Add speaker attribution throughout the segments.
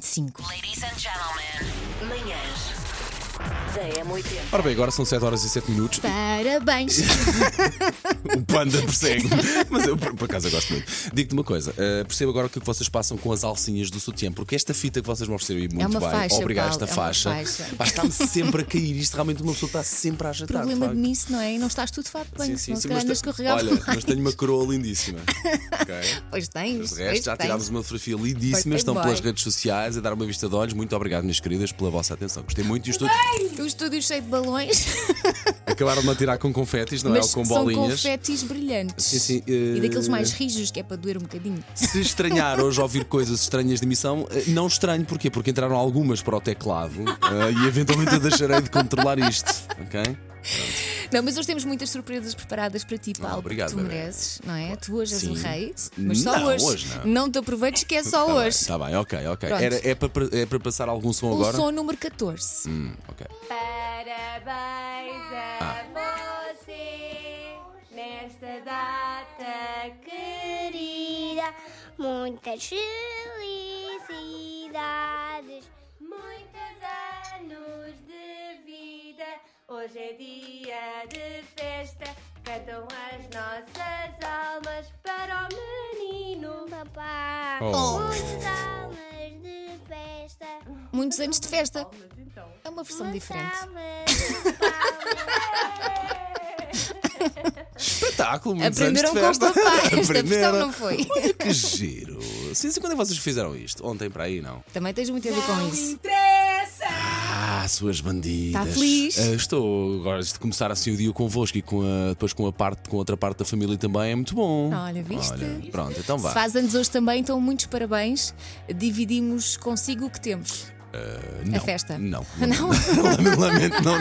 Speaker 1: 25.
Speaker 2: Ladies and gentlemen, manhãs da M80.
Speaker 3: Ora bem, agora são 7 horas e 7 minutos.
Speaker 1: Parabéns!
Speaker 3: O panda persegue. Mas eu, por, por acaso, eu gosto muito. Digo-te uma coisa: uh, percebo agora o que é que vocês passam com as alcinhas do sutiã, porque esta fita que vocês me ofereceram e muito
Speaker 1: É uma
Speaker 3: bem,
Speaker 1: faixa,
Speaker 3: obrigado,
Speaker 1: Paulo,
Speaker 3: esta
Speaker 1: é uma
Speaker 3: faixa.
Speaker 1: faixa.
Speaker 3: Mas está-me sempre a cair isto, realmente uma pessoa está sempre
Speaker 1: O
Speaker 3: a agitar.
Speaker 1: problema
Speaker 3: de
Speaker 1: de nisso, não é? E não estás tudo de fato bem,
Speaker 3: facto.
Speaker 1: senão se
Speaker 3: mas
Speaker 1: calhar andas
Speaker 3: te-
Speaker 1: carregado
Speaker 3: Olha,
Speaker 1: mais.
Speaker 3: mas tenho uma coroa lindíssima. ok?
Speaker 1: Pois tens.
Speaker 3: Mas de
Speaker 1: pois
Speaker 3: resto, já
Speaker 1: tens.
Speaker 3: tirámos uma fotografia lindíssima,
Speaker 1: Perfect
Speaker 3: estão
Speaker 1: boy.
Speaker 3: pelas redes sociais a dar uma vista de olhos. Muito obrigado, minhas queridas, pela vossa atenção. Gostei muito e estou.
Speaker 1: O estúdio é cheio de balões,
Speaker 3: Acabaram de me atirar com confetis, não é?
Speaker 1: mas
Speaker 3: Ou com
Speaker 1: são
Speaker 3: bolinhas.
Speaker 1: confetis brilhantes.
Speaker 3: Sim, sim,
Speaker 1: E
Speaker 3: eh,
Speaker 1: daqueles mais rijos que é para doer um bocadinho.
Speaker 3: Se estranhar hoje ouvir coisas estranhas de emissão, eh, não estranho, porquê? Porque entraram algumas para o teclado eh, e eventualmente eu deixarei de controlar isto, ok?
Speaker 1: Não, mas hoje temos muitas surpresas preparadas para ti, Paulo.
Speaker 3: Ah, obrigado,
Speaker 1: porque tu
Speaker 3: bebé.
Speaker 1: mereces, não é? Tu hoje és
Speaker 3: Sim.
Speaker 1: o rei, mas só
Speaker 3: Não,
Speaker 1: hoje.
Speaker 3: hoje não.
Speaker 1: te aproveites que é só
Speaker 3: Tá bem,
Speaker 1: hoje.
Speaker 3: Tá bem, ok, ok.
Speaker 1: Pronto.
Speaker 3: Era, é, para, é para passar algum som
Speaker 1: o
Speaker 3: agora?
Speaker 1: som número 14.
Speaker 3: Hum, ok.
Speaker 4: Parabéns a você nesta data querida. Muitas felicidades, muitos anos de vida. Hoje é dia de festa. Cantam as nossas almas para o menino papá.
Speaker 3: Oh.
Speaker 4: Muitas almas de festa.
Speaker 1: Muitos anos de festa.
Speaker 4: então,
Speaker 1: É uma versão diferente.
Speaker 4: é.
Speaker 3: Espetáculo, muitos
Speaker 1: Aprenderam com
Speaker 3: anos
Speaker 1: o
Speaker 3: de festa.
Speaker 1: papai. Esta versão
Speaker 3: Aprenderam.
Speaker 1: não foi.
Speaker 3: Olha que giro. Sim, sim, quando é que vocês fizeram isto? Ontem para aí, não?
Speaker 1: Também tens muito a ver com isso.
Speaker 3: Ah, suas bandidas.
Speaker 1: Tá feliz?
Speaker 3: Ah, estou. Gosto de começar assim o dia convosco e com a- depois com a parte, com outra parte da família também é muito bom.
Speaker 1: Olha, viste?
Speaker 3: Olha, pronto, então vá.
Speaker 1: Se faz anos hoje também, então muitos parabéns. Dividimos consigo o que temos.
Speaker 3: Não,
Speaker 1: a festa.
Speaker 3: Não. Não? Lamento, não,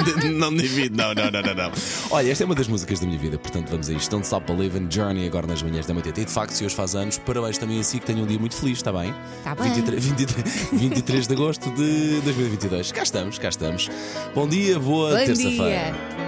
Speaker 3: não divido. Não, não, não, não, não. Olha, esta é uma das músicas da minha vida, portanto vamos a isto. Don't Stop Believing Journey agora nas manhãs da manhã. E de facto, se hoje faz anos, parabéns também a si que tenha um dia muito feliz, está bem?
Speaker 1: Tá bem.
Speaker 3: 23, 23, 23 de agosto de 2022. Cá estamos, cá estamos. Bom dia, boa
Speaker 1: Bom
Speaker 3: terça-feira.
Speaker 1: dia.